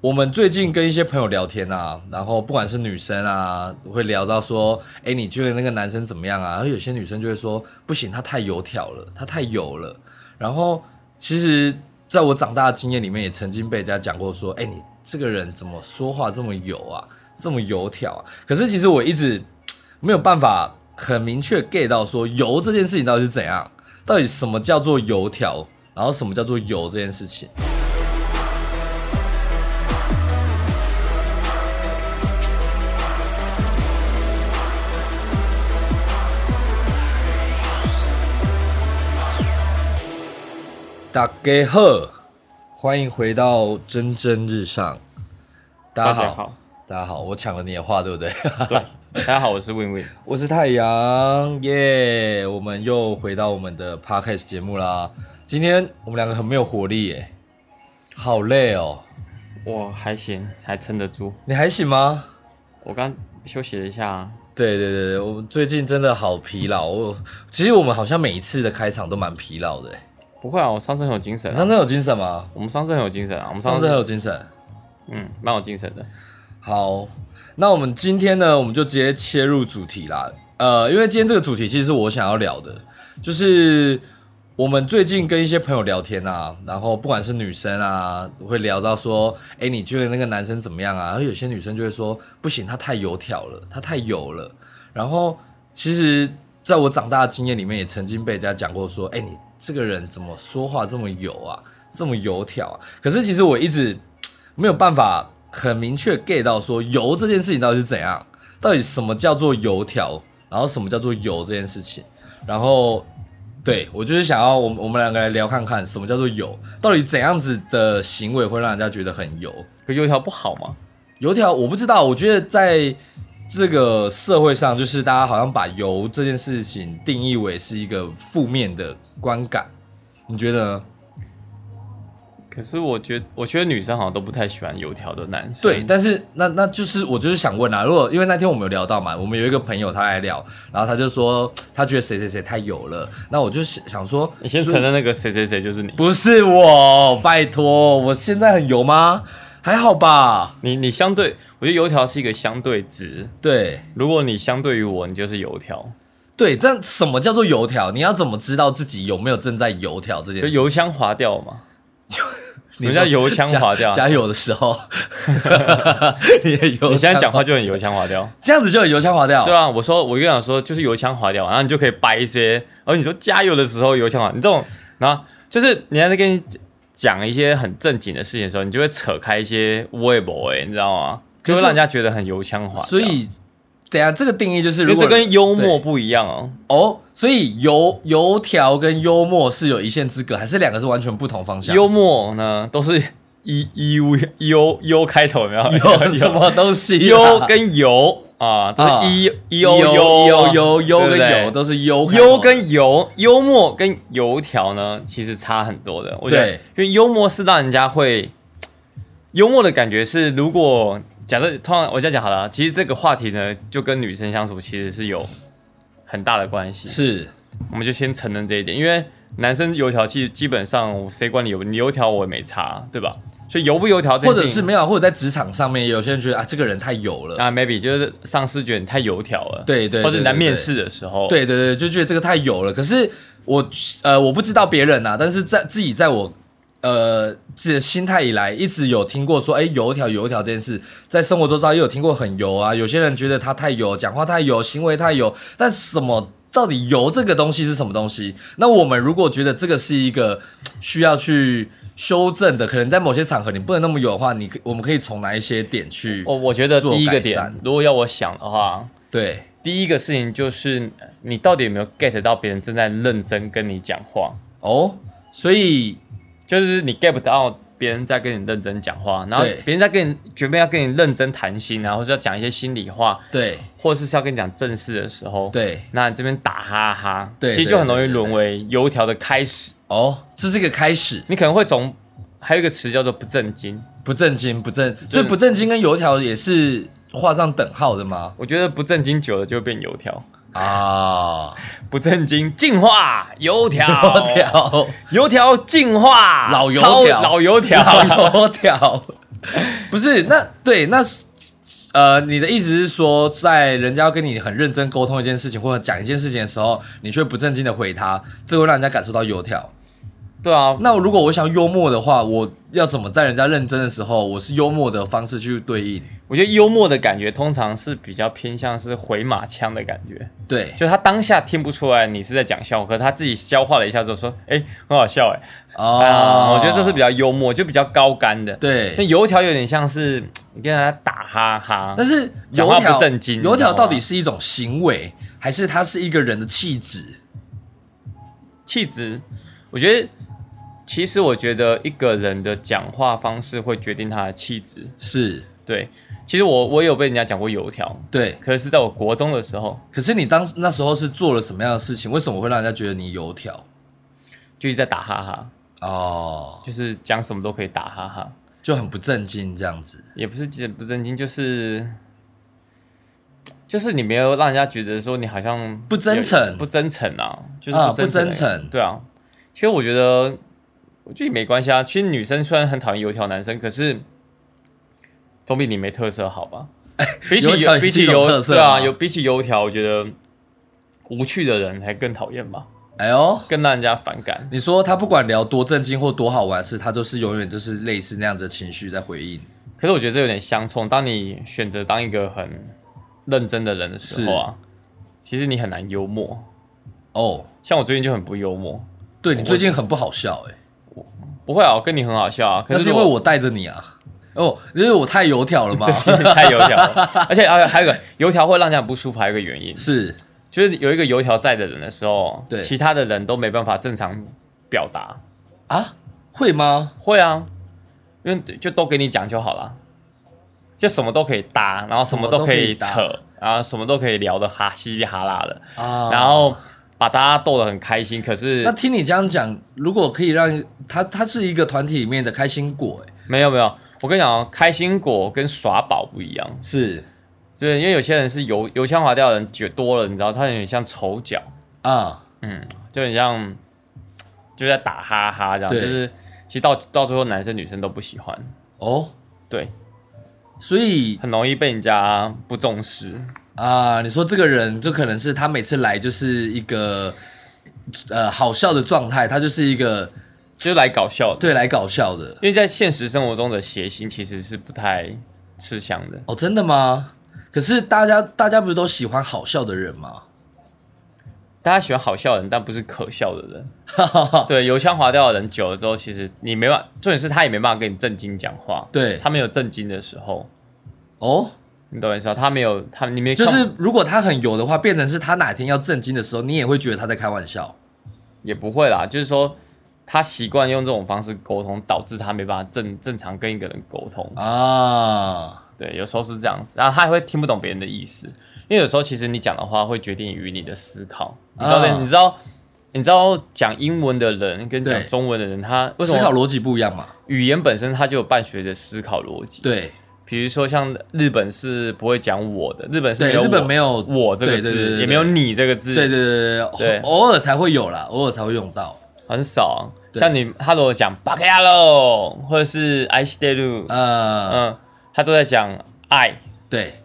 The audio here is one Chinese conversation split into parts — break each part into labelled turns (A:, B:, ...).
A: 我们最近跟一些朋友聊天啊，然后不管是女生啊，会聊到说，哎，你觉得那个男生怎么样啊？然后有些女生就会说，不行，他太油条了，他太油了。然后其实在我长大的经验里面，也曾经被人家讲过说，哎，你这个人怎么说话这么油啊，这么油条啊？可是其实我一直没有办法很明确 get 到说油这件事情到底是怎样，到底什么叫做油条，然后什么叫做油这件事情。大家好，欢迎回到蒸蒸日上。大家
B: 大
A: 好，
B: 家好，
A: 大家好我抢了你的话，对不对？
B: 对，大家好，我是 Win Win。
A: 我是太阳耶我们又回到我们的 podcast 节目啦。今天我们两个很没有活力耶，好累哦。
B: 我还行，还撑得住。
A: 你还行吗？
B: 我刚休息了一下啊，
A: 对对对，对我们最近真的好疲劳。我其实我们好像每一次的开场都蛮疲劳的耶。
B: 不会啊，我上次很有精神
A: 你
B: 啊。
A: 上次有精神吗？
B: 我们上次很有精神啊，我们
A: 上
B: 上
A: 次
B: 次
A: 很有精神。
B: 嗯，蛮有精神的。
A: 好，那我们今天呢，我们就直接切入主题啦。呃，因为今天这个主题其实是我想要聊的，就是我们最近跟一些朋友聊天啊，然后不管是女生啊，会聊到说，哎、你觉得那个男生怎么样啊？然后有些女生就会说，不行，他太油条了，他太油了。然后其实在我长大的经验里面，也曾经被人家讲过说，哎、你这个人怎么说话这么油啊，这么油条啊？可是其实我一直没有办法很明确 get 到说油这件事情到底是怎样，到底什么叫做油条，然后什么叫做油这件事情，然后。对，我就是想要我们我们两个来聊看看，什么叫做油，到底怎样子的行为会让人家觉得很油？
B: 可油条不好吗？
A: 油条我不知道，我觉得在这个社会上，就是大家好像把油这件事情定义为是一个负面的观感，你觉得呢？
B: 可是我觉我觉得女生好像都不太喜欢油条的男生。
A: 对，但是那那就是我就是想问啊，如果因为那天我们有聊到嘛，我们有一个朋友他来聊，然后他就说他觉得谁谁谁太油了，那我就想想说，
B: 你先承认那个谁谁谁就是你。
A: 不是我，拜托，我现在很油吗？还好吧，
B: 你你相对，我觉得油条是一个相对值。
A: 对
B: 如果你相对于我，你就是油条，
A: 对，但什么叫做油条？你要怎么知道自己有没有正在油条这件
B: 就
A: 事？
B: 油腔滑调 嘛。什么叫
A: 说
B: 油腔
A: 加
B: 滑调？
A: 加油的时 候，你的油，
B: 你现在讲话就很油腔滑调。
A: 这样子就很油腔滑调，
B: 对啊，我说我跟你讲说，就是油腔滑调，然后你就可以掰一些。而你说加油的时候油腔滑，你这种，然后就是人家在跟你讲一些很正经的事情的时候，你就会扯开一些微博，哎，你知道吗？
A: 可是
B: 就
A: 这
B: 会让人家觉得很油腔滑调。
A: 所，以等一下这个定义就是，
B: 因
A: 如
B: 为
A: 果
B: 这跟幽
A: 对
B: 默不一样哦。
A: 哦，所以油油条跟幽默是有一线之隔，还是两个是完全不同方向？
B: 幽默呢，都是 e e u u u 开头，有没有？
A: 有什么东西啊、
B: 优跟油啊，都
A: 啊
B: 是 e e o
A: 油
B: u
A: 油油油
B: 对不对
A: 跟油都是油开头的
B: 幽跟油，幽默跟油条呢，其实差很多的。我觉得，
A: 对
B: 因为幽默是让人家会幽默的感觉是，如果假设通常我这样讲好了，其实这个话题呢，就跟女生相处其实是有很大的关系。
A: 是
B: 我们就先承认这一点，因为男生油条基基本上谁管你油，你油条我也没差，对吧？所以油不油条这
A: 或
B: 件事情，
A: 者是没有，或者在职场上面，有些人觉得啊，这个人太油了，
B: 啊，maybe 就是上司觉得你太油条了，
A: 对对对
B: 或者你在
A: 对
B: 面
A: 对
B: 试的时候，
A: 对对对，就觉得这个太油了。可是我呃，我不知道别人呐、但是在自己在我呃自己的心态以来，一直有听过说，哎，油条油条这件事，在生活周遭也有听过很油啊。有些人觉得他太油，讲话太油，行为太油，但什么？到底油这个东西是什么东西？那我们如果觉得这个是一个需要去修正的，可能在某些场合你不能那么油的话，你可我们可以从哪一些点去？
B: 我我觉得
A: 做
B: 第一
A: 改
B: 个点
A: 善，
B: 如果要我想的话，
A: 对，
B: 第一个事情就是你到底有没有 get 到别人正在认真跟你讲话，
A: 哦，所以
B: 就是你 get 不到别人在跟你认真讲话，然后
A: 对
B: 别人在跟你准备要跟你认真谈心啊，然后是要讲一些心里话，
A: 对
B: 或者是要跟你讲正事的时候，，
A: 对，
B: 那你这边打哈哈，
A: 对
B: 其实就很容易沦为油条的开始，
A: 哦，这是一个开始。
B: 你可能会从还有一个词叫做不正经，
A: 不正经，不正，所以不正经跟油条也是画上等号的吗？
B: 我觉得不正经久了就会变油条，
A: 啊，
B: 不正经进化油条，
A: 油 条，
B: 油条进化，
A: 老油
B: 超
A: 条
B: 老油条，
A: 老油条，不是，那对，那是呃，你的意思是说，在人家要跟你很认真沟通一件事情或者讲一件事情的时候，你却不正经的回他，这会让人家感受到油条。
B: 对啊，
A: 那如果我想幽默的话，我要怎么在人家认真的时候，我是幽默的方式去对应？
B: 我觉得幽默的感觉通常是比较偏向是回马枪的感觉，
A: 对，
B: 就他当下听不出来你是在讲笑话，可他自己消化了一下之后说，哎、很好笑哎、
A: 哦，
B: 啊，我觉得这是比较幽默，就比较高干的。那
A: 对。
B: 油条有点像是你跟他打哈哈，
A: 但是
B: 啊讲
A: 油
B: 话
A: 条
B: 不正经
A: 油条到底
B: 你知道吗
A: 是一种行为，还是它是一个人的气质？
B: 气质，我觉得其实我觉得一个人的讲话方式会决定他的气质。
A: 是
B: 对，其实我我也有被人家讲过油条，
A: 对。
B: 可是是在我国中的时候，
A: 可是你当那时候是做了什么样的事情？为什么会让人家觉得你油条？
B: 就是在打哈哈，
A: 哦，
B: 就是讲什么都可以打哈哈，
A: 就很不正经这样子。
B: 也不是记得不正经，就是。就是你没有让人家觉得说你好像
A: 不真诚
B: 不真诚啊，就是
A: 啊
B: 不
A: 不真诚
B: 对啊。其实我觉得，我觉得也没关系啊。其实女生虽然很讨厌油条男生，可是总比你没特色 好吧？比起
A: 油条
B: 油
A: 也
B: 比
A: 是
B: 起
A: 一种
B: 油
A: 特色
B: 对啊，
A: 啊
B: 有比起油条，我觉得无趣的人还更讨厌吧，
A: 哎呦，
B: 更让人家反感。
A: 你说他不管聊多震惊或多好玩的事，他都是永远就是类似那样子的情绪在回应。
B: 可是我觉得这有点相冲。当你选择当一个很认真的人的时候啊，其实你很难幽默。
A: 哦，
B: 像我最近就很不幽默，
A: 对你最近很不好笑哎、
B: 不会啊，我跟你很好笑啊。可
A: 那是
B: 是
A: 因为
B: 我
A: 我带着你啊。哦， 因为我太油条了嘛。
B: 太油条 了，而且还有还有一个油条会让人家很不舒服，还有一个原因
A: 是
B: 就是有一个油条在的人的时候，
A: 对
B: 其他的人都没办法正常表达。
A: 啊，会吗？
B: 会啊，因为就都给你讲就好了，就什么都可以搭，然后什么都可
A: 什
B: 以
A: 么都
B: 扯，然后什么都可以聊的哈稀里哈啦的，
A: 啊，
B: 然后把大家逗得很开心。可
A: 那
B: 是
A: 听你这样讲，如果可以让他，他是一个团体里面的开心果哎、
B: 没有没有，我跟你讲哦，开心果跟耍宝不一样，
A: 是
B: 就是因为有些人是油油腔滑调的人，觉多了，你知道，他有点像丑角。
A: 啊，
B: 嗯，就很像就在打哈哈这样，就
A: 对
B: 是其实到到最后男生女生都不喜欢，
A: 哦，
B: 对，
A: 所以
B: 很容易被人家不重视。
A: 啊，你说这个人就可能是他每次来就是一个呃好笑的状态，他就是一个
B: 就是来搞笑的，
A: 对来搞笑的
B: 因为在现实生活中的谐星其实是不太吃香的。
A: 哦，真的吗？可是大家大家不是都喜欢好笑的人吗？
B: 大家喜欢好笑的人，但不是可笑的 人。对，油腔滑调的人久了之后，其实你没办法，重点是他也没办法跟你正经讲话。
A: 对
B: 他没有正经的时候，
A: 哦，
B: 你懂我意思吧？他没有，他你没
A: 就是如果他很油的话，变成是他哪天要震惊的时候，你也会觉得他在开玩笑。
B: 也不会啦，就是说他习惯用这种方式沟通，导致他没办法正正常跟一个人沟通。
A: 啊，
B: 对，有时候是这样子，然后他还会听不懂别人的意思，因为有时候其实你讲的话会决定于你的思考。你知道的，
A: 啊
B: 你知道，你知道讲英文的人跟讲
A: 对
B: 中文的人，他为什
A: 思考
B: 么
A: 逻辑不一样嘛？
B: 语言本身它就有伴随着思考逻辑？，
A: 对
B: 比如说像日本是不会讲我的，日本是
A: 对，
B: 没有
A: 日本
B: 我
A: 没有
B: 我这个
A: 对对对对
B: 字，
A: 对
B: 也没有你这个字，
A: 对对对
B: 对
A: 对，偶尔才会有啦，偶尔才会用到。
B: 很少啊。
A: 对
B: 像你，他如果讲巴克亚喽，或者是 I stay 路，
A: 呃，
B: 嗯，他都在讲爱，
A: 对，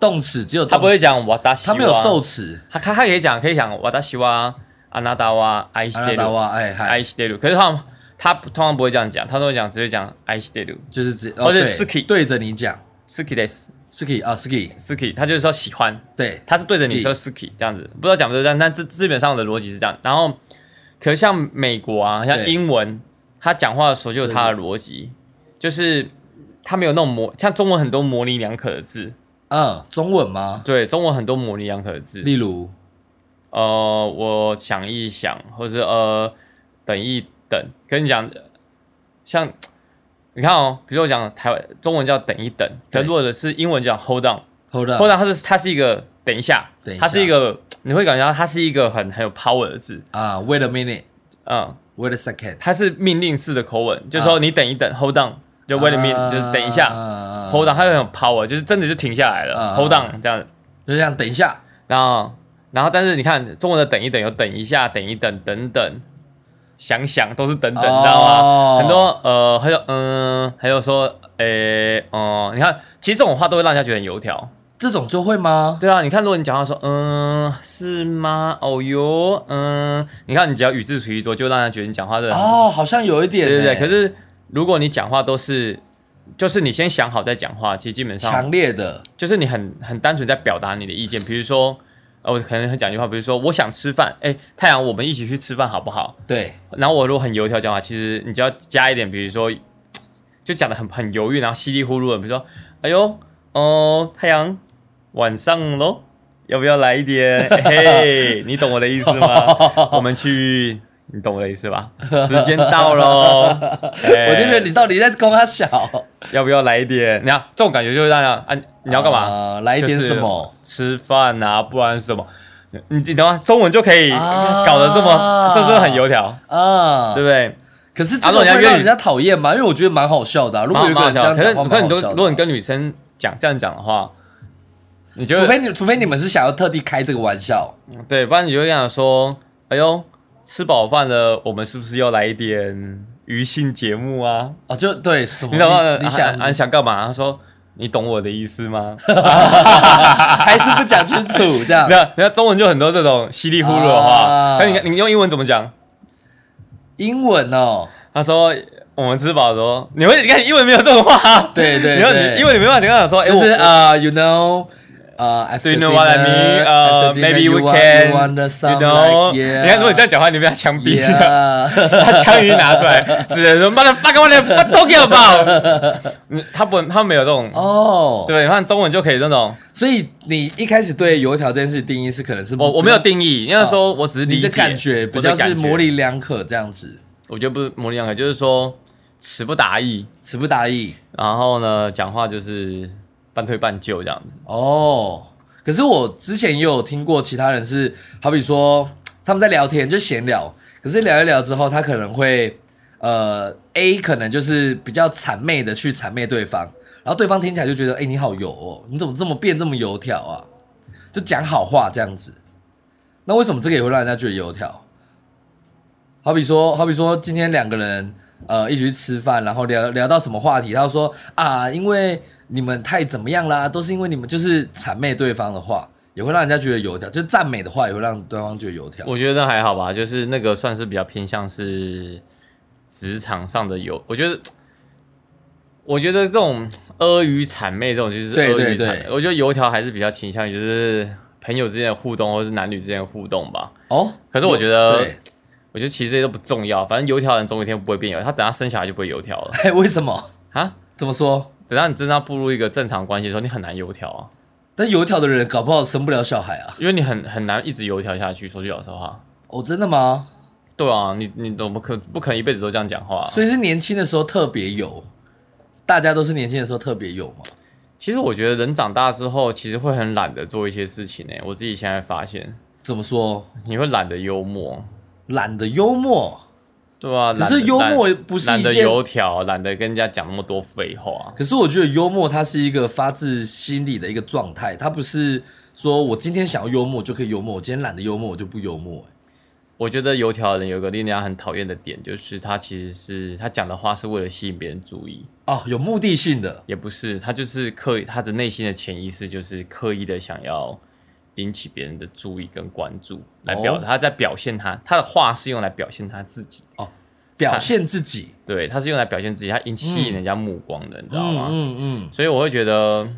A: 动词只有
B: 他
A: 动
B: 不会
A: 词，
B: 讲我达西
A: 他没有受词。
B: 他他他可以讲，可以讲我达西哇、阿纳达哇、爱西
A: 阿
B: 德
A: 拉达
B: 鲁、
A: 哇，哎嗨
B: 爱，西德鲁。可是他他不通常不会这样讲，他都会讲直接讲爱西德鲁、
A: 就是直，
B: 或者
A: 对
B: ski
A: 对着你讲
B: ski des
A: ski 啊 ski，
B: ski，他就是说喜欢，
A: 对
B: 他是对着你说 ski 这样子，不知道讲不对，但但这基本上我的逻辑是这样。然后，可是像美国啊，像
A: 对
B: 英文，他讲话的时候就有他的逻辑，就是他没有那种模，像中文很多模棱两可的字，
A: 嗯，中文吗？
B: 对，中文很多模棱两可的字，
A: 例如
B: 呃，我想一想，或是呃，等一等，跟你讲，像你看哦，比如说我讲台湾中文叫等一等，可
A: 对
B: 是如果的是英文叫 hold on，hold
A: hold on，
B: on，它是它是一个等一下
A: 嗯等一，
B: 它是
A: 下
B: 一个你会感觉到它是一个很很有 power 的字，
A: 啊，wait a minute，wait
B: 嗯，
A: a second，
B: 它是命令式的口吻，就是
A: 啊
B: 说你等一等，hold on，就 wait a minute，、就是等一下，hold on，它就很有 power，就是真的就停下来了、
A: 啊
B: h o l
A: 啊
B: d on 这样子。
A: 就这样，等一下，
B: 然后，然后，但是你看中文的等一等，有等一下，等一等，等等，想想都是等
A: 哦
B: 等，你知道吗？很多呃，还有嗯，还有说，诶、哦、你看，其实这种话都会让人家觉得很油条。
A: 这种就会吗？
B: 对啊，你看，如果你讲话说，嗯，是吗？哦哟，嗯，你看，你只要语字处一多，就让人家觉得你讲话的，
A: 哦，好像有一点、
B: 对
A: 欸，
B: 对对。可是如果你讲话都是，就是你先想好再讲话，其实基本上
A: 强烈的
B: 就是你很很单纯在表达你的意见，比如说，呃，我可能很讲一句话，比如说我想吃饭，哎，太阳，我们一起去吃饭好不好？
A: 对
B: 然后我如果很油条讲话，其实你只要加一点，比如说，就讲的很很犹豫，然后稀里糊涂的，比如说，哎呦，哦，太阳，晚上喽，要不要来一点？ 嘿，你懂我的意思吗？我们去。你懂我的意思吧？时间 到喽，
A: 我
B: 我
A: 就觉得你到底在攻他小，
B: 要不要来一点？你看这种感觉就会让人啊，你要干嘛？
A: 呃来一点什么？？
B: 吃饭啊，不然是什么？你你等下中文就可以
A: 啊
B: 搞得这么，这是不是很油条，
A: 啊
B: 对，不对？
A: 可是这
B: 啊如
A: 个
B: 果
A: 会
B: 人家约
A: 让
B: 你
A: 人家讨厌吗？因为我觉得蛮好笑的啊、如果有一个
B: 蛮好
A: 人这样
B: 可是
A: 讲话，
B: 可是
A: 蛮好
B: 你都
A: 笑的啊
B: 如果你跟女生讲这样讲的话，你就
A: 除非
B: 会
A: 你除非你们是想要特地开这个玩笑，
B: 对，不然你就会跟她说：“哎呦，吃饱饭了，我们是不是要来一点娱性节目啊？”
A: 哦，就对什么？
B: 你懂吗？
A: 你你想
B: 啊啊、想干嘛？他说：“你懂我的意 思吗？”
A: 还是不讲清楚这样？
B: 那那中文就很多这种稀里糊涂的话
A: 啊，
B: 那、你你用英文怎么讲？
A: 英文哦，
B: 他说我们吃饱了哦，你会你看英文没有这种话啊，
A: 对对
B: 你要
A: 对
B: 你英文你没办法跟他讲说，哎、
A: 就是
B: 我
A: 呃，you know。呃
B: Do
A: ，after
B: you know what I mean?
A: dinner,
B: Uh,
A: after dinner
B: maybe
A: you
B: we
A: want-
B: can.
A: you want the
B: You
A: some
B: know，
A: like, yeah,
B: 你看，如果你这样讲话，你被他枪毙了。
A: yeah，
B: 他枪一拿出来，只能说妈的 fuck，我的 fuck talking about。嗯 他不，他没有这种，
A: 哦，
B: 对，你看中文就可以这种。
A: 所以你一开始对油条这件事定义是可能是
B: 我我没有定义，应该说我只是理
A: 你
B: 解
A: 的感觉，比
B: 我哦的
A: 较是
B: 感觉
A: 模棱两可这样子，
B: 我觉得不是模棱两可，就是说词不达意，
A: 词不达意
B: 然后呢，讲话就是半推半就这样子。
A: 哦。可是我之前也有听过其他人是，好比说他们在聊天就闲聊，可是聊一聊之后，他可能会呃 A 可能就是比较谄媚的去谄媚对方，然后对方听起来就觉得，哎、你好油哦，你怎么这么变这么油条啊？就讲好话这样子。那为什么这个也会让人家觉得油条？好比说，好比说，今天两个人呃一起去吃饭，然后聊聊到什么话题，他就说啊，因为你们太怎么样啦，都是因为你们就是谄媚对方的话，也会让人家觉得油条，就是赞美的话也会让对方觉得油条。
B: 我觉得还好吧，就是那个算是比较偏向是职场上的有，我觉得，我觉得这种阿谀谄媚这种就是阿
A: 对
B: 谀谄
A: 对
B: 媚，
A: 对
B: 我觉得油条还是比较倾向于就是朋友之间的互动，或是男女之间的互动吧。
A: 哦，
B: 可是我觉得
A: 对，
B: 我觉得其实这些都不重要，反正油条的人总有一天不会变油，他等他生小孩就不会油条了
A: 为什么？
B: 啊。
A: 怎么说？
B: 等到你真的要步入一个正常关系的时候，你很难油条啊，
A: 但油条的人搞不好生不了小孩啊！
B: 因为你很很难一直油条下去。说句老实话，
A: 哦，真的吗？
B: 对啊，你你怎么可不可能一辈子都这样讲话啊、
A: 所以是年轻的时候特别油，大家都是年轻的时候特别油嘛？
B: 其实我觉得人长大之后，其实会很懒得做一些事情呢、欸我自己现在发现，
A: 怎么说？
B: 你会懒得幽默，懒，
A: 懒得幽默，
B: 对啊。
A: 可是
B: 懒得
A: 幽默也不是
B: 懒得
A: 一件
B: 油条，懒得跟人家讲那么多废话。
A: 可是我觉得幽默它是一个发自心里的一个状态，它不是说我今天想要幽默就可以幽默，我今天懒得幽默我就不幽默、
B: 我觉得油条的人有个令人家很讨厌的点，就是他其实是他讲的话是为了吸引别人注意，
A: 哦，有目的性的
B: 也不是他就是刻意，他的内心的潜意识就是刻意的想要引起别人的注意跟关注，来表、
A: 哦
B: 他在表现他他的话是用来表现他自己。
A: 表现自 己，
B: 对，他是用来表现自己，他引吸引人家目光的，你知道
A: 嗯
B: 吗？
A: 嗯嗯，
B: 所以我会觉得，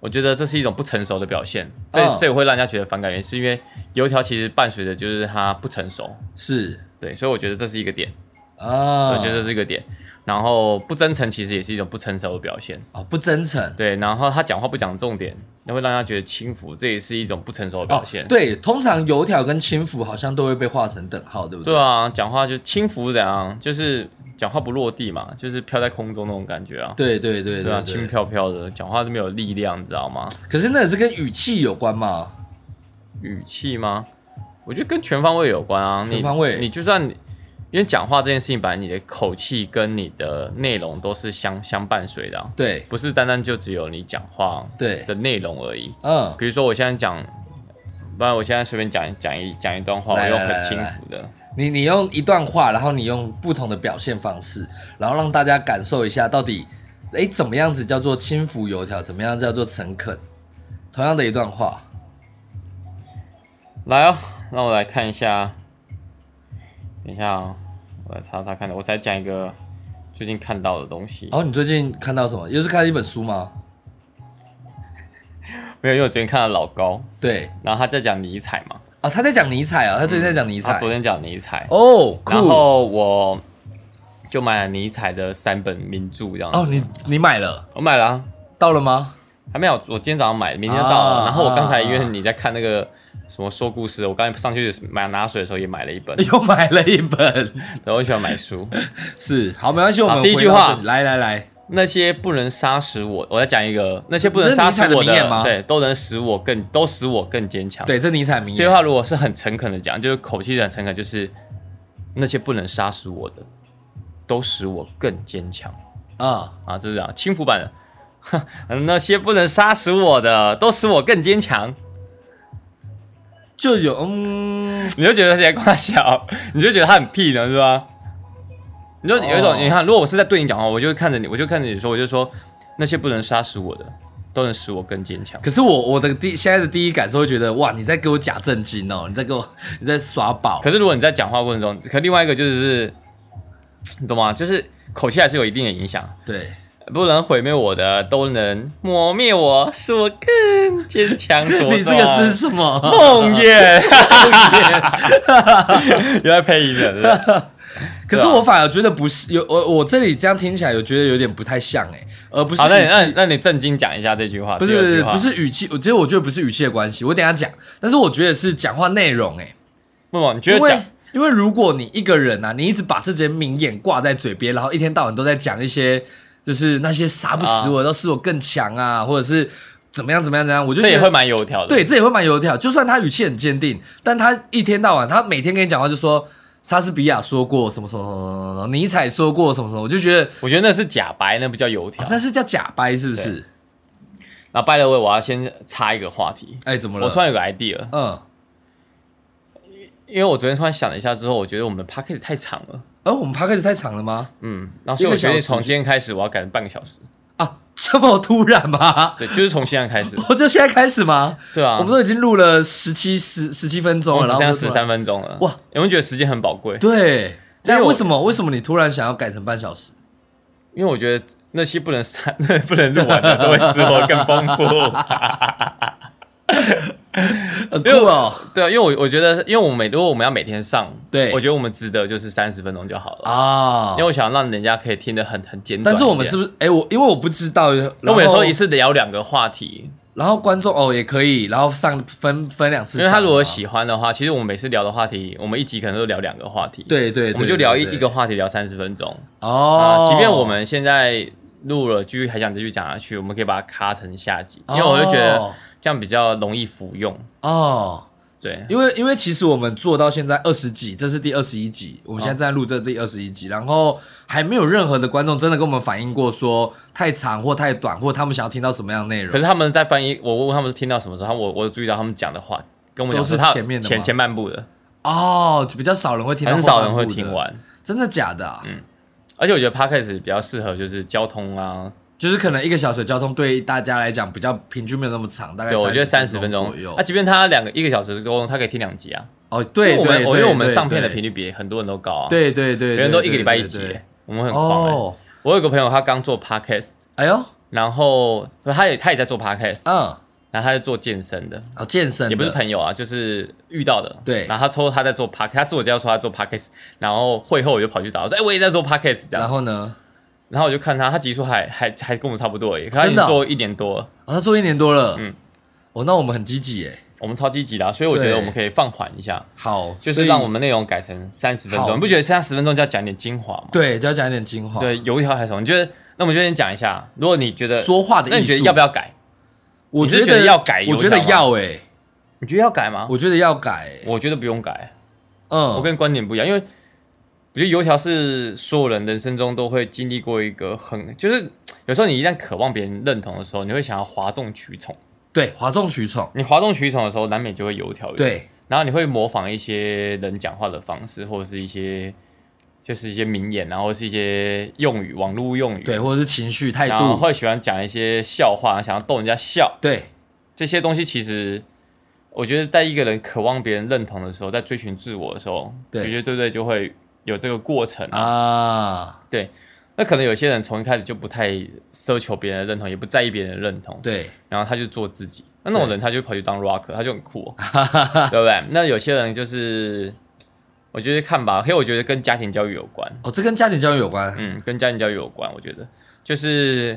B: 我觉得这是一种不成熟的表现，这、
A: 嗯
B: 这也会让人家觉得反感，原因是因为油条其实伴随着就是他不成熟，
A: 是
B: 对，所以我觉得这是一个点，
A: 啊，
B: 嗯我觉得这是一个点。然后不真诚其实也是一种不成熟的表现，
A: 哦不真诚。
B: 对。然后他讲话不讲重点，那会让人家觉得轻浮，这也是一种不成熟的表
A: 哦
B: 现。，
A: 对，通常油条跟轻浮好像都会被画成等号，对不对？
B: 对啊，讲话就轻浮怎样，就是讲话不落地嘛，就是飘在空中那种感觉啊。
A: 对对对
B: 对啊，
A: 对
B: 轻
A: 对。
B: 飘飘的，讲话都没有力量，你知道吗？
A: 可是那也是跟语气有关嘛？
B: 语气吗？我觉得跟全方位有关啊。你
A: 全方位
B: 你就算你因为讲话这件事情，本来你的口气跟你的内容都是相相伴随的啊、
A: 对
B: 不是单单就只有你讲话
A: 对，
B: 的内容而已。
A: 嗯，
B: 比如说我现在讲，不然我现在随便讲讲一讲一段话，我
A: 来
B: 用
A: 来
B: 很
A: 来
B: 轻
A: 来
B: 浮的，
A: 你你用一段话，然后你用不同的表现方式，然后让大家感受一下到底，哎，怎么样子叫做轻浮油条，怎么样叫做诚恳。同样的一段话，
B: 来哦，让我来看一下，等一下哦，我来查查看的，我再讲一个最近看到的东西。
A: 哦，你最近看到什么？又是看一本书吗？
B: 没有，因为我昨天看到老高，
A: 对，
B: 然后他在讲尼采嘛，
A: 哦，他在讲尼采啊，他最近在讲尼采。
B: 嗯他昨天讲尼采，
A: 哦，酷
B: 然后我就买了尼采的三本名著这样子。
A: 哦，你你买了，
B: 我买了、啊，
A: 到了吗？
B: 还没有，我今天早上买的，明天就到了。
A: 啊
B: 然后我刚才因为
A: 啊，
B: 你在看那个什么说故事，我刚才上去买拿水的时候也买了一本
A: 又买了一本，
B: 然后我喜欢买书。
A: 是好，没关系，我们
B: 好第一
A: 回
B: 句
A: 到
B: 话
A: 这里来来来，
B: 那些不能杀死我，我再讲一个，那些不能杀死
A: 这是
B: 我
A: 尼采的名言吗
B: 对，都能使我更，都使我更坚强。，
A: 对，这尼采名
B: 这句
A: 言，
B: 话如果是很诚恳的讲，就是口气很诚恳，就是那些不能杀死我的，都使我更坚强
A: 啊，
B: 啊，这是这样轻浮版的。 哼那些不能杀死我的，都使我更坚强。
A: 就有嗯，
B: 你就觉得他在跟他笑，你就觉得他很屁呢，是吧？你就有一种
A: 哦
B: 你看，如果我是在对你讲话，我就会看着你，我就看着你说，我就说那些不能杀死我的，都能使我更坚强。
A: 可是我我的第现在的第一感受会觉得，哇，你在给我假正经哦，你在给我你在耍宝，
B: 可是如果你在讲话过程中，可另外一个就是，你懂吗？就是口气还是有一定的影响。
A: 对，
B: 不能毁灭我的，都能磨灭我，使我更坚强啊茁壮。
A: 你这个 是什么？
B: 梦魇， 原来配音的，是吧
A: 可是我反而觉得不是，有我我这里这样听起来有觉得有点不太像哎，而 不是
B: 好，那
A: 语
B: 你
A: 气
B: 那你那你正经讲一下这句话，
A: 不
B: 第
A: 是
B: 二
A: 不
B: 句
A: 是
B: 话
A: 不是语气，我其实我觉得不是语气的关系，我等一下讲，但是我觉得是讲话内容哎。
B: 默默，你觉
A: 因
B: 得
A: 为
B: 讲
A: 因为如果你一个人啊，你一直把这些名言挂在嘴边，然后一天到晚都在讲一些，就是那些杀不死我，都使我更强啊，或者是怎么样怎么样怎么样，我就
B: 这
A: 觉
B: 也
A: 得
B: 会蛮油条的。
A: 对，，这也会蛮油条。就算他语气很坚定，但他一天到晚，他每天跟你讲话就说莎士比亚说过什么什么什么什么什么，尼采说过什么什么，我就觉得、
B: 我觉得那是假白，那不叫油条
A: 啊。那是叫假掰，是不是？
B: 那 by the way，我要先插一个话题，
A: 哎，怎么了？
B: 我突然有个 idea，
A: 嗯，
B: 因为我昨天突然想了一下之后，我觉得我们 p a c k a g e 太长了，
A: 而、哦我们 p 开始太长了吗？
B: 嗯，然后所以我决定从今天开始我要改成半个小时，
A: 啊，这么突然吗？
B: 对，就是从现在开始，
A: 我就现在开始吗？
B: 对啊，
A: 我们都已经录了十七十十七分钟
B: 我
A: 了，
B: 们只
A: 然后就突
B: 剩下十
A: 然
B: 三分钟了，
A: 哇，
B: 有没有觉得时间很宝贵？
A: 对。但
B: 因为我
A: 为什么为什么你突然想要改成半小时？
B: 因为我觉得 那些不能删、不能录完的都会使我更丰富。
A: 很酷哦
B: 对啊，因为我我觉得，因为我每如果我们要每天上，
A: 对
B: 我觉得我们值得就是三十分钟就好了。
A: 啊
B: 因为！我想让人家可以听得很很简短一点。
A: 但是我们是不是？哎，我因为我不知道，
B: 那
A: 那
B: 我们有时候一，次聊两个话题，
A: 然后观众哦也可以，然后上分分两次啊
B: 因
A: 上嘛，
B: 为他如果喜欢的话，其实我们每次聊的话题，我们一集可能都聊两个话题，，
A: 对对，对
B: 我们就聊一
A: 对对
B: 一个话题聊三十分钟啊、
A: 哦，
B: 即便我们现在录了，继续还想继续讲下去，我们可以把它卡成下集，因为我就觉得
A: 哦
B: 这样比较容易服用。
A: 哦，
B: 对，
A: 因为因为其实我们做到现在二十集，这是第二十一集，我们现在正在录这第二十一集，然后还没有任何的观众真的跟我们反映过说太长或太短，或他们想要听到什么样的内
B: 可
A: 容。
B: 是他们在翻译，我问他们是听到什么时候，他我我有注意到他们讲的话跟我们讲
A: 都是
B: 他
A: 前面的吗
B: 前前半部的，
A: 哦，就比较少人会听到，
B: 很少人会听，完。嗯
A: 真的假的、啊？
B: 而且我觉得 podcast 比较适合就是交通啊，
A: 就是可能一个小时的交通对大家来讲比较平均没有那么长，大概
B: 对我觉得三十
A: 30
B: 分
A: 钟
B: 钟啊
A: 左右
B: 那。即便他两个一个小时的沟通，他可以听两集啊。
A: 哦，对，
B: 因为我们
A: 对
B: 我觉得我们上片的，
A: 对
B: 频率比很多人都高啊，，
A: 对对对，
B: 别人都一个礼拜一
A: 对对
B: 集
A: 对，
B: 我们很狂欸。
A: 哦，
B: 我有个朋友他刚做 podcast，
A: 哎呦，
B: 然后他也他也在做 podcast，
A: 嗯，
B: 然后他是做健身的，
A: 哦，健身的
B: 也不是朋友啊，就是遇到的。
A: 对
B: 然后他抽他在做 podcast，他自我介绍说他做 podcast，然后会后我就跑去找他说，哎、我也在做 podcast 这
A: 然
B: 样。
A: 后呢？
B: 然后我就看他，他集数还还还跟我们差不多而已，可他已
A: 真
B: 经
A: 的哦
B: 做一年多了，
A: 哦，他做一年多了，
B: 嗯
A: 嗯，哦，那我们很积极耶。
B: 我们超积极的啊、所以我觉得
A: 对
B: 我们可以放缓一下，
A: 好，
B: 就是
A: 所以
B: 让我们内容改成三十分钟，
A: 好
B: 你不觉得剩下十分钟就要讲点精华吗？
A: 对，就要讲一点精华，，
B: 对，油条还是什么？你觉得？那我们就先讲一下，如果你觉得，
A: 说话的艺术。
B: 那你觉得要不
A: 要？
B: 要改？
A: 我
B: 你是
A: 觉
B: 觉得要改
A: 我
B: 油
A: 觉得
B: 条吗
A: 要诶，
B: 你觉得要改吗？我
A: 我觉得要改耶。
B: 我觉得不用改，
A: 嗯，
B: 我跟观点不一样，因为我觉得油条是所有人人生中都会经历过一个很，就是有时候你一旦渴望别人认同的时候，你会想要哗众取宠。
A: 对哗众取宠，
B: 你哗众取宠的时候，难免就会油条。，
A: 对
B: 然后你会模仿一些人讲话的方式，或者是一些就是一些名言，然后是一些用语，网络用语，
A: 对，，或者是情绪态
B: 然后
A: 度，
B: 会喜欢讲一些笑话，想要逗人家笑，
A: 对，
B: 这些东西其实。我觉得，在一个人渴望别人认同的时候，在追寻自我的时候，
A: 对
B: 绝绝对对就会有这个过程啊。
A: 啊，
B: 对，那可能有些人从一开始就不太奢求别人的认同，也不在意别人的认同，
A: 对，
B: 然后他就做自己。那那种人，他就跑去当 rocker，他就很酷、哦， 对不对？那有些人就是，我觉得看吧，因为我觉得跟家庭教育有关，
A: 哦，这跟家庭教育有关，
B: 嗯，跟家庭教育有关。我觉得就是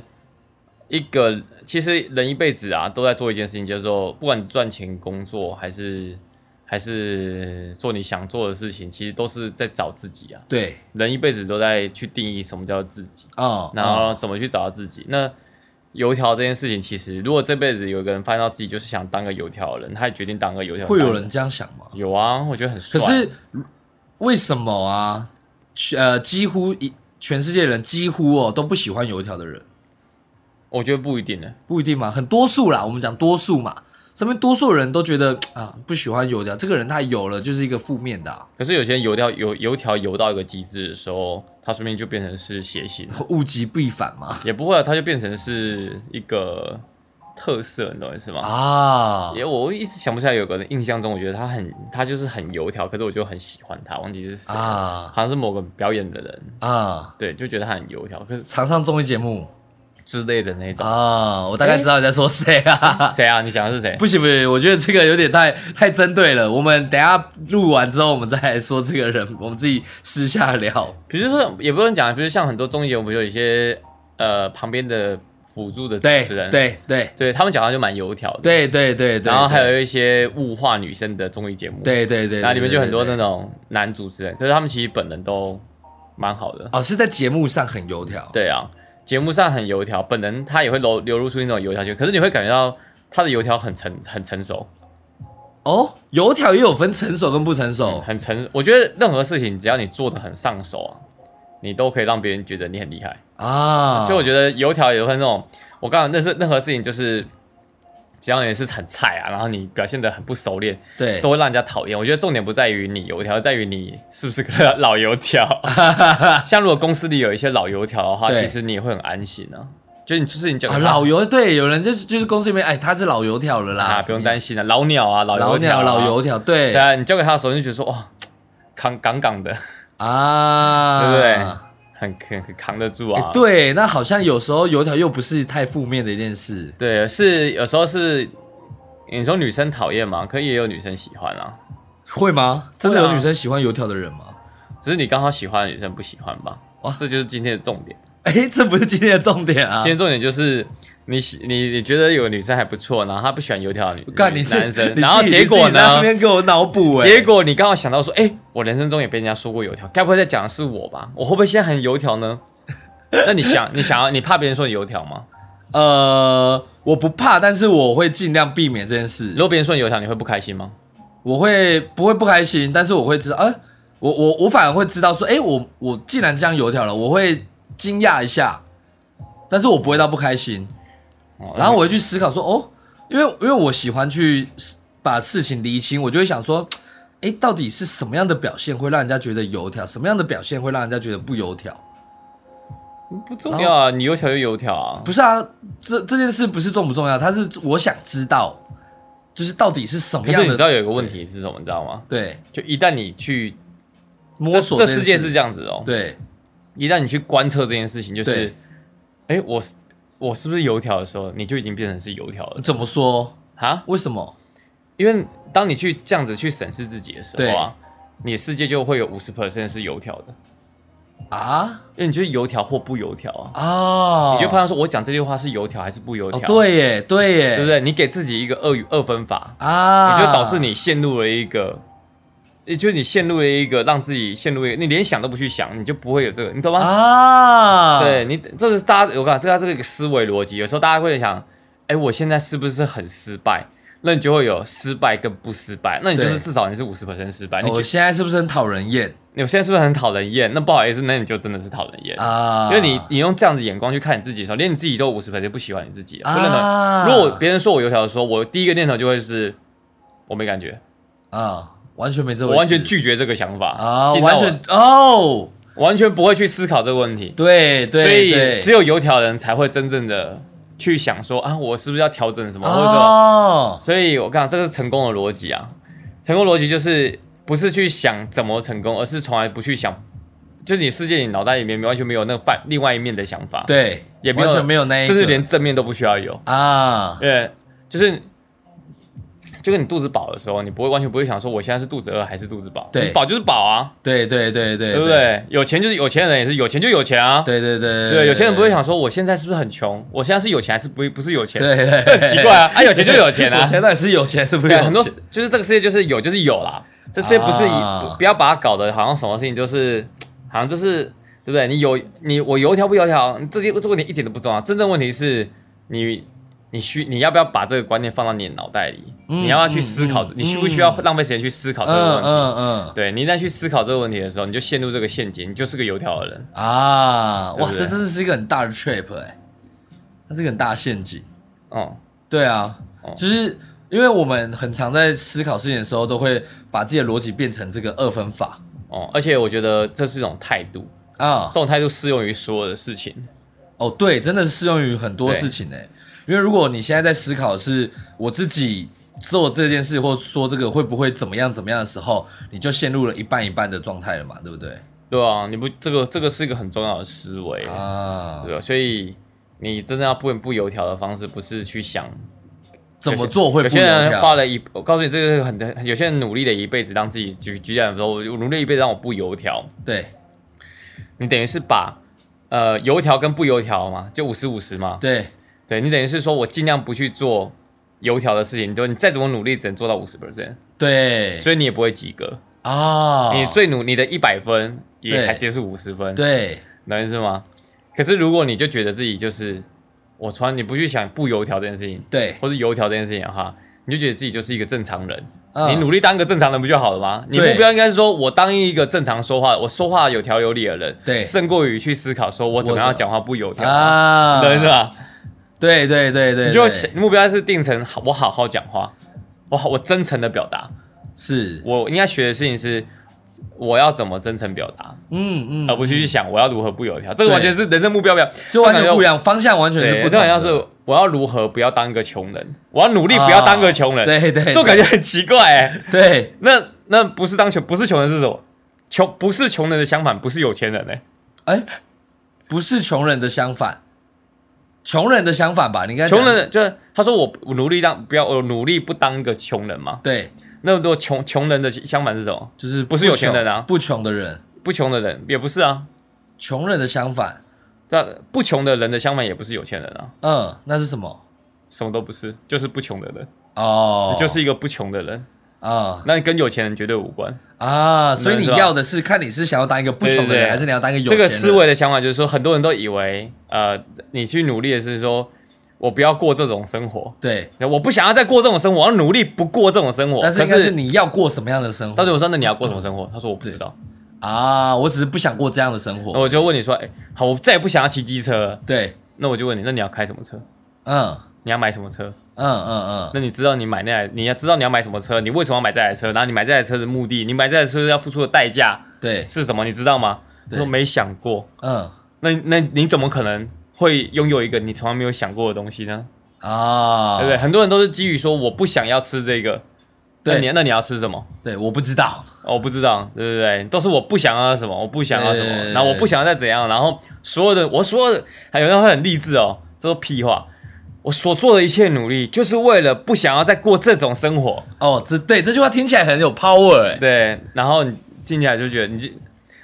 B: 一个，其实人一辈子啊，都在做一件事情，就是说，不管你赚钱、工作，还是还是做你想做的事情，其实都是在找自己啊。
A: 对，
B: 人一辈子都在去定义什么叫自己。
A: 哦，
B: 然
A: 哦
B: 后怎么去找到自己。那油条这件事情，其实如果这辈子有一个人发现到自己就是想当个油条的人，他也决定当个油条，
A: 会有人这样想吗？
B: 有啊，我觉得很
A: 可
B: 帅。
A: 是为什么啊？全呃，几乎一全世界人几乎哦都不喜欢油条的人，
B: 我觉得不一定呢。
A: 不一定嘛，很多数啦，我们讲多数嘛，身边多数人都觉得啊不喜欢油条，这个人他有了就是一个负面的啊、
B: 可是有些人油条油油条油到一个极致的时候，他说不定就变成是邪性了，
A: 物极必反嘛
B: 也不会、啊，他就变成是一个特色，你懂我意思吗？
A: 啊
B: 也我一直想不起来有个人印象中，我觉得他很他就是很油条，可是我就很喜欢他，忘记是谁了，
A: 啊
B: 好像是某个表演的人，
A: 啊！
B: 对，就觉得他很油条，可是
A: 常上综艺节目
B: 之类的那种。
A: 啊，我大概知道你在说谁啊。
B: 谁啊？你想的是谁？
A: 不行不行，我觉得这个有点太太针对了。我们等一下录完之后，我们再来说这个人，我们自己私下聊。
B: 比如说，也不用讲，比如像很多综艺节目，不是有一些呃旁边的辅助的主
A: 对
B: 持人，
A: 对对
B: 对他们讲话就蛮油条的，。
A: 对对对对，
B: 然后还
A: 对
B: 有一些物化女生的综艺节目，。
A: 对对对，
B: 然后里面就很多
A: 对
B: 那
A: 对
B: 种男主持人，可是他们其实本人都蛮好的，
A: 哦，是在节目上很油条。
B: 对啊。节目上很油条，本人他也会流流露出那种油条去，可是你会感觉到他的油条很成很成熟，
A: 哦，油条也有分成熟跟不成熟
B: 很成。我觉得任何事情只要你做的很上手啊，你都可以让别人觉得你很厉害。
A: 啊，
B: 嗯所以我觉得油条也会那种，我刚刚认识任何事情就是，只要你是很菜啊，然后你表现的很不熟练，
A: 对
B: 都会让人家讨厌。我觉得重点不在于你油条，在于你是不是个老油 条。像如果公司里有一些老油条的话，
A: 对
B: 其实你也会很安心啊。就你就是你讲、
A: 啊，老油对，有人就是就是公司里面，哎，他是老油条了啦，
B: 啊，不用担心啊，老鸟啊，老
A: 老
B: 油条、
A: 鸟
B: 啊、
A: 老。油条，对
B: 对啊，你交给他的时候，你就觉得说哇，扛杠杠的，
A: 啊，
B: 对不对？很很很扛得住啊。
A: 哎，对，那好像有时候油条又不是太负面的一件事
B: 对，是有时候是你说女生讨厌嘛，可也有女生喜欢啊，
A: 会吗？真的
B: 会啊
A: 有女生喜欢油条的人吗？
B: 只是你刚好喜欢的女生不喜欢吧。
A: 哇
B: 哇，这就是今天的重点。
A: 哎，这不是今天的重点啊
B: 今！天重点就是你喜你你觉得有女生还不错，然后她不喜欢油条的女
A: 干你
B: 女
A: 是
B: 男生，
A: 你
B: 然后
A: 自己
B: 结果
A: 你自己在那
B: 呢？
A: 边给我脑补哎，
B: 结果你刚好想到说，哎、我人生中也被人家说过油条，该不会在讲的是我吧？我会不会现在很油条呢？那 你想，你想要，你怕别人说你油条吗？
A: 呃，我不怕，但是我会尽量避免这件事
B: 如。果别人说你油条，你会不开心吗？
A: 我会不会不开心？但是我会知道，哎、我我我反而会知道说，哎、我我既然这样油条了，我会惊讶一下，但是我不会到不开心。
B: 哦
A: 然后我会去思考说，哦，因为因为我喜欢去把事情厘清，我就会想说，哎、到底是什么样的表现会让人家觉得油条？什么样的表现会让人家觉得不油条？
B: 不重要啊，你油条就油条啊。
A: 不是啊，这这件事不是重不重要，它是我想知道，就是到底是什么
B: 可是
A: 样
B: 你
A: 的
B: 知道有一个问题是什么？你知道吗？
A: 对
B: 就一旦你去
A: 摸索
B: 这
A: 件
B: 这世界是这样子哦。，
A: 对
B: 一旦你去观测这件事情，就是
A: 对，
B: 哎，我是我是不是油条的时候，你就已经变成是油条了
A: 怎么说？
B: 啊？
A: 为什么？
B: 因为当你去这样子去审视自己的时候啊，你的世界就会有五十 percent 是油条的，
A: 啊
B: 因为你就是油条或不油条啊。
A: 哦，
B: 你就判断说，我讲这句话是油条还是不油条？
A: 哦，，对耶，对耶，
B: 对不对？你给自己一个二与二分法，
A: 啊？
B: 也就导致你陷入了一个，也就是你陷入了一个让自己陷入一个，你连想都不去想，你就不会有这个，
A: 아.
B: 你懂吗？
A: 啊，
B: 对你，这是大家我讲这个这个思维逻辑，有时候大家会想，哎，我现在是不是很失败？那你就会有失败跟不失败，那你就是
A: 对
B: 至少你是五十失败，你
A: 我
B: 觉
A: 现在是不是很讨人厌
B: 你现在是不是很讨人厌？那不好意思，那你就真的是讨人厌，
A: 啊？
B: 因为你你用这样的眼光去看你自己的时候，连你自己都五十不喜欢你自
A: 아.
B: 己了，不认同。
A: 啊
B: 如果别人说我油条的时候，我第一个念头就会是我没感觉，
A: 啊，完全没这回
B: 我
A: 事，
B: 完全拒绝这个想法
A: 啊，
B: 进到
A: 完
B: 我
A: 全哦，
B: 完全不会去思考这个问题。
A: 对对，
B: 所以
A: 对
B: 只有油条人才会真正的去想说啊，我是不是要调整什么，或者说，
A: 哦，
B: 所以我跟你讲，这个是成功的逻辑啊。成功逻辑就是不是去想怎么成功，而是从来不去想，就是你世界你脑袋里面完全没有那个反另外一面的想法，，
A: 对，
B: 也没
A: 完
B: 有
A: 全没有那一个，
B: 甚至连正面都不需要有。
A: 啊，
B: 对，就是就跟你肚子饱的时候，你不会完全不会想说我现在是肚子饿还是肚子饱，
A: 对
B: 你饱就是饱啊，
A: 对对对对
B: 对不？对？有钱就是有钱人也是有钱就有钱啊，
A: 对对对
B: 对，有些人不会，想说我现在是不是很穷，我现在是有钱还是不不是有 钱，
A: 对对，
B: 这很奇怪啊，啊有钱就有钱
A: 有
B: 啊，
A: 钱到底是有钱是不是
B: 对
A: 有
B: 啊，
A: 钱？
B: 很多就是这个世界就是有就是有啦，这世界不是以、
A: 啊
B: 不不要把它搞得好像什么事情就是好像就是对不对？你有你我油条不油条，这些这个问题一点都不重要，真正问题是你你需你要不要把这个观念放到你的脑袋里，
A: 嗯
B: 你要不要去思考，
A: 嗯嗯
B: 你需不需要
A: 嗯
B: 浪费时间去思考这个
A: 嗯
B: 问题？
A: 嗯
B: 对你一旦去思考这个问题的时候，你就陷入这个陷阱，你就是个油条的人。
A: 嗯啊，哇，
B: 对不对
A: 这真的是一个很大的 trap 哎，它是一个很大的陷阱。
B: 哦、
A: 对啊
B: 哦，
A: 就是因为我们很常在思考事情的时候，都会把自己的逻辑变成这个二分法
B: 哦、而且我觉得这是一种态度，
A: 啊
B: 这。种态度适用于所有的事情。
A: 哦，对，真的是适用于很多
B: 对
A: 事情呢。欸因为如果你现在在思考的是我自己做这件事，或说这个会不会怎么样怎么样的时候，你就陷入了一半一半的状态了嘛，对不对？
B: 对啊，你不这个这个是一个很重要的思维，
A: 啊，
B: 对啊，所以你真的要不不油条的方式，不是去想
A: 怎么做会
B: 有
A: 不
B: 些
A: 油
B: 人花
A: 条？
B: 了一，我告诉你，这个是很有些人努力了一辈子，让自己举举例来说，我努力一辈子让我不油条，
A: 对
B: 你等于是把呃油条跟不油条嘛，就五十五十嘛，
A: 对
B: 对你等于是说我尽量不去做油条的事情，你就你再怎么努力，只能做到五十 percent，
A: 对
B: 所以你也不会及格，
A: 啊，
B: 你最努你的一百分也
A: 对
B: 还只是五十分，
A: 对
B: 能是吗？可是如果你就觉得自己就是我穿，你不去想不油条这件事情，
A: 对，
B: 或是油条这件事情的话，你就觉得自己就是一个正常人，
A: 嗯
B: 你努力当个正常人不就好了吗？你
A: 对
B: 目标应该是说我当一个正常说话，我说话有条有理的人，
A: 对
B: 胜过于去思考说我怎么样讲话不油条，
A: 啊，
B: 能是吧？
A: 对对对对，
B: 你就
A: 对
B: 想目标是定成好我好好讲话，我好我真诚的表达，
A: 是，
B: 我应该学的事情是我要怎么真诚表达，
A: 嗯嗯，
B: 啊而不是去想我要如何不油条，这个完全是人生目标表，
A: 就完全不一
B: 样。
A: 样，方向完全是
B: 对，
A: 不
B: 我
A: 同
B: 这
A: 的。
B: 好像是我要如何不要当一个穷人，我要努力不要当个穷人，
A: 啊对对
B: 这种感觉很奇怪哎、
A: 对
B: 那那不是当穷，不是穷人是什么？穷不是穷人的相反，不是有钱人哎、
A: 哎，不是穷人的相反，穷人的相反吧？你应该讲
B: 穷人就是他说我我努力当不要我努力不当一个穷人嘛。
A: 对，
B: 那么多穷穷人的相反是什么？
A: 就是
B: 不是有钱人啊
A: 不穷的人，
B: 不穷的人也不是啊，
A: 穷人的相反，
B: 对啊不穷的人的相反也不是有钱人啊，
A: 嗯，那是什么？
B: 什么都不是，就是不穷的人，
A: 哦
B: 你，就是一个不穷的人，
A: 啊
B: 那跟有钱人绝对无关。
A: 啊，所以你
B: 是吧
A: 要的是看你是想要当一个不穷的
B: 对对
A: 人，
B: 对
A: 还是你要当一个有
B: 这
A: 钱
B: 个
A: 人？
B: 思维的想法就是说，很多人都以为，呃，你去努力的是说，我不要过这种生活，
A: 对，
B: 我不想要再过这种生活，我要努力不过这种生活。
A: 但是
B: 可
A: 应该是
B: 是，
A: 你要过什么样的生
B: 当
A: 活
B: 时我说，那你要过什么生活？他说我不知道。
A: 啊？我只是不想过这样的生
B: 那
A: 活。
B: 我就问你说，哎，好，我再也不想要骑机车了。
A: 对，
B: 那我就问你，那你要开什么车？
A: 嗯
B: 你要买什么车？
A: 嗯嗯嗯，
B: 那你知道你买那台，你要知道你要买什么车，你为什么要买这台车？然后你买这台车的目的，你买这台车要付出的代价
A: 对，
B: 是什么？你知道吗？他
A: 对
B: 说没想过。
A: 嗯
B: 那那你怎么可能会拥有一个你从来没有想过的东西呢？
A: 啊，
B: 对不对？很多人都是基于说我不想要吃这个，
A: 对
B: 那你那你要吃什么？
A: 对，我不知道。
B: 哦我不知道，对不对？都是我不想要什么，我不想要什
A: 对对
B: 么，
A: 对
B: 然后我不想要再怎样，然后所有的我所有的，还有人会很励志哦，这都屁话。我所做的一切努力，就是为了不想要再过这种生活。
A: 哦，这对这句话听起来很有 power 哎、
B: 对，然后你听起来就觉得你这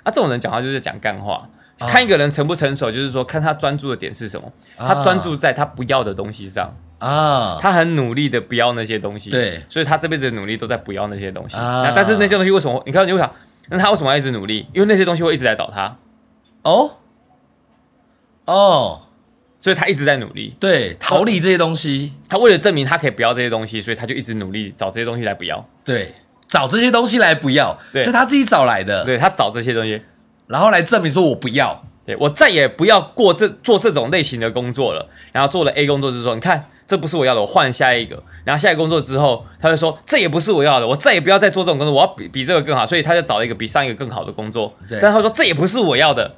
B: 啊，这种人讲话就是在讲干话。
A: 啊
B: 看一个人成不成熟，就是说看他专注的点是什么。他
A: 啊
B: 专注在他不要的东西上，
A: 啊，
B: 他很努力的不要那些东西。
A: 对
B: 所以他这辈子的努力都在不要那些东西。
A: 啊
B: 那但是那些东西为什么？你看你会想，那他为什么要一直努力？因为那些东西会一直来找他，
A: 哦哦，
B: 所以他一直在努力。
A: 对，逃离这些东西，
B: 他为了证明他可以不要这些东西，所以他就一直努力找这些东西来不要。
A: 对，找这些东西来不要，
B: 对
A: 是他自己找来的，
B: 对他找这些东西，
A: 然后来证明说我不要，
B: 对我再也不要过这做这种类型的工作了。然后做了 A 工作之后，你看这不是我要的，我换下一个。然后下一个工作之后，他就说这也不是我要的，我再也不要再做这种工作，我要比比这个更好。所以他就找了一个比上一个更好的工作，
A: 对
B: 但他说这也不是我要的。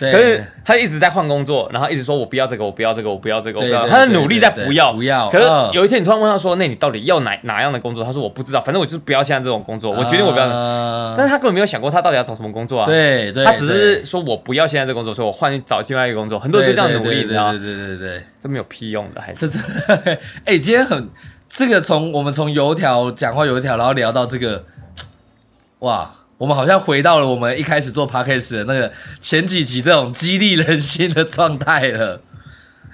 A: 对，
B: 可是他一直在换工作，然后一直说我不要这个，我不要这个，我不要这个，我
A: 对
B: 不要。
A: 对
B: 他在
A: 对
B: 努力在
A: 对
B: 不要，
A: 不要
B: 可
A: 嗯
B: 是有一天你突然问他说：“那你到底要哪哪样的工作？”他说：“我不知道，反正我就是不要现在这种工作，我决定我不要。
A: 要
B: 但是他根本没有想过他到底要找什么工作啊。
A: 嗯啊对对，
B: 他只
A: 对
B: 是说我不要现在这工作，所以我换找另外一个工作。很多人就这样努力，
A: 对对
B: 你知道
A: 对
B: 吗？
A: 对对对对，
B: 这没有屁用的，还是
A: 这这， 哎，今天很这个从我们从油条讲话油条，然后聊到这个，哇。我们好像回到了我们一开始做 podcast 的那个前几集这种激励人心的状态了。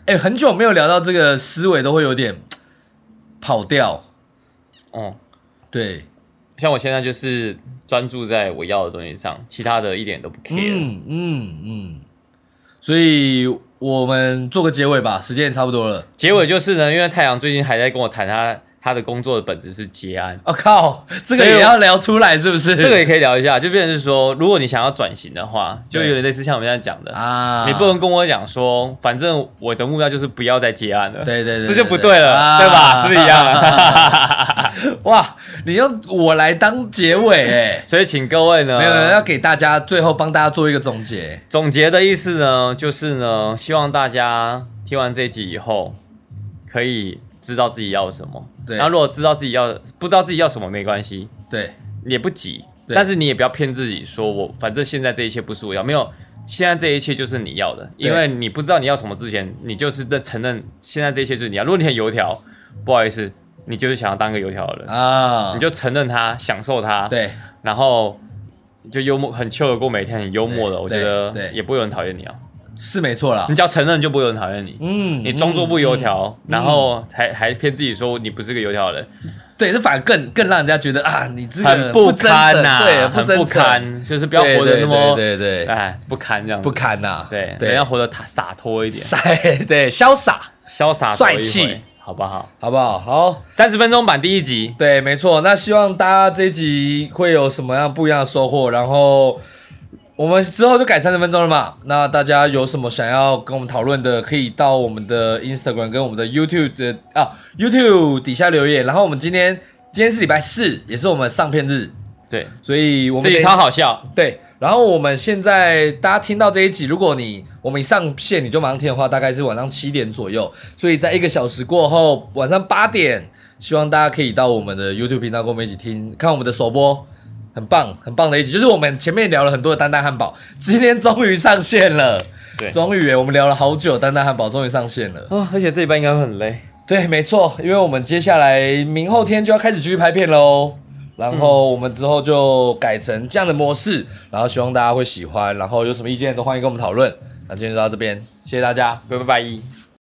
A: 哎，很久没有聊到这个，思维都会有点跑掉。
B: 嗯。
A: 对，
B: 像我现在就是专注在我要的东西上，其他的一点都不 care。
A: 嗯嗯嗯，所以我们做个结尾吧，时间也差不多了。
B: 结尾就是呢，因为太阳最近还在跟我谈他他的工作的本质是结案。
A: 我、哦靠，这个
B: 所以
A: 也
B: 我
A: 要聊出来是不是？
B: 这个也可以聊一下，就变成是说，如果你想要转型的话，就
A: 对
B: 有点类似像我们现在讲的，
A: 啊，
B: 你不能跟我讲说，反正我的目标就是不要再接案了，
A: 对对对，
B: 这就不对了，
A: 啊
B: 对吧？是不是一样的。
A: 哇，你用我来当结尾 哎、
B: 所以请各位呢，
A: 没有没有，要给大家最后帮大家做一个总结。
B: 总结的意思呢，就是呢，希望大家听完这一集以后，可以知道自己要什么。
A: 对
B: 然后如果知道自己要不知道自己要什么没关系，
A: 对
B: 也不急，
A: 对
B: 但是你也不要骗自己说我，反正现在这一切不是我要，没有，现在这一切就是你要的，
A: 对
B: 因为你不知道你要什么之前，你就是认承认现在这一切就是你要。如果你很油条，不好意思，你就是想要当个油条的人，
A: 啊，
B: 你就承认它，享受它，，
A: 对
B: 然后就幽默，很 chill 的过每一天，很幽默的，
A: 对
B: 我觉得
A: 对对
B: 也不会有人讨厌你啊，
A: 是没错啦
B: 你。只要承认就不会有人讨厌你。
A: 嗯
B: 你装作不油、条，
A: 嗯
B: 然后还还骗自己说你不是个油条的人，
A: 嗯对，这反而更更让人家觉得啊，你这个
B: 很
A: 人
B: 不
A: 真
B: 堪
A: 诚
B: 呐、
A: 对，
B: 很
A: 真
B: 不
A: 诚，
B: 堪，就是不
A: 不
B: 要活得那么
A: 对对对对
B: 哎不堪这样子，
A: 不堪呐、
B: 对，
A: 对，
B: 人要活得洒洒脱一 点，
A: 晒对潇洒，
B: 潇洒
A: 帅
B: 走一回
A: 气，
B: 好不好？
A: 好不好？好，
B: 三十分钟版第一集，
A: 对，没错。那希望大家这一集会有什么样不一样的收获，然后我们之后就改三十分钟了嘛。那大家有什么想要跟我们讨论的，可以到我们的 Instagram 跟我们的 YouTube 的啊 YouTube 底下留言。然后我们今天今天是礼拜四，也是我们上片日，
B: 对，
A: 所以我们
B: 这集
A: 得
B: 超好笑，
A: 对。然后我们现在大家听到这一集，如果你我们一上线你就马上听的话，大概是晚上七点左右，所以在一个小时过后，晚上八点，希望大家可以到我们的 YouTube 频道跟我们一起听，看我们的首播，很棒很棒的一集。就是我们前面聊了很多的丹丹汉堡，今天终于上线了，
B: 对
A: 终于耶，我们聊了好久，丹丹汉堡终于上线了。
B: 啊，而且这一半应该会很累，
A: 对，没错，因为我们接下来明后天就要开始继续拍片喽。然后我们之后就改成这样的模式，然后希望大家会喜欢，然后有什么意见都欢迎跟我们讨论。那今天就到这边，谢谢大家，
B: 各位拜拜。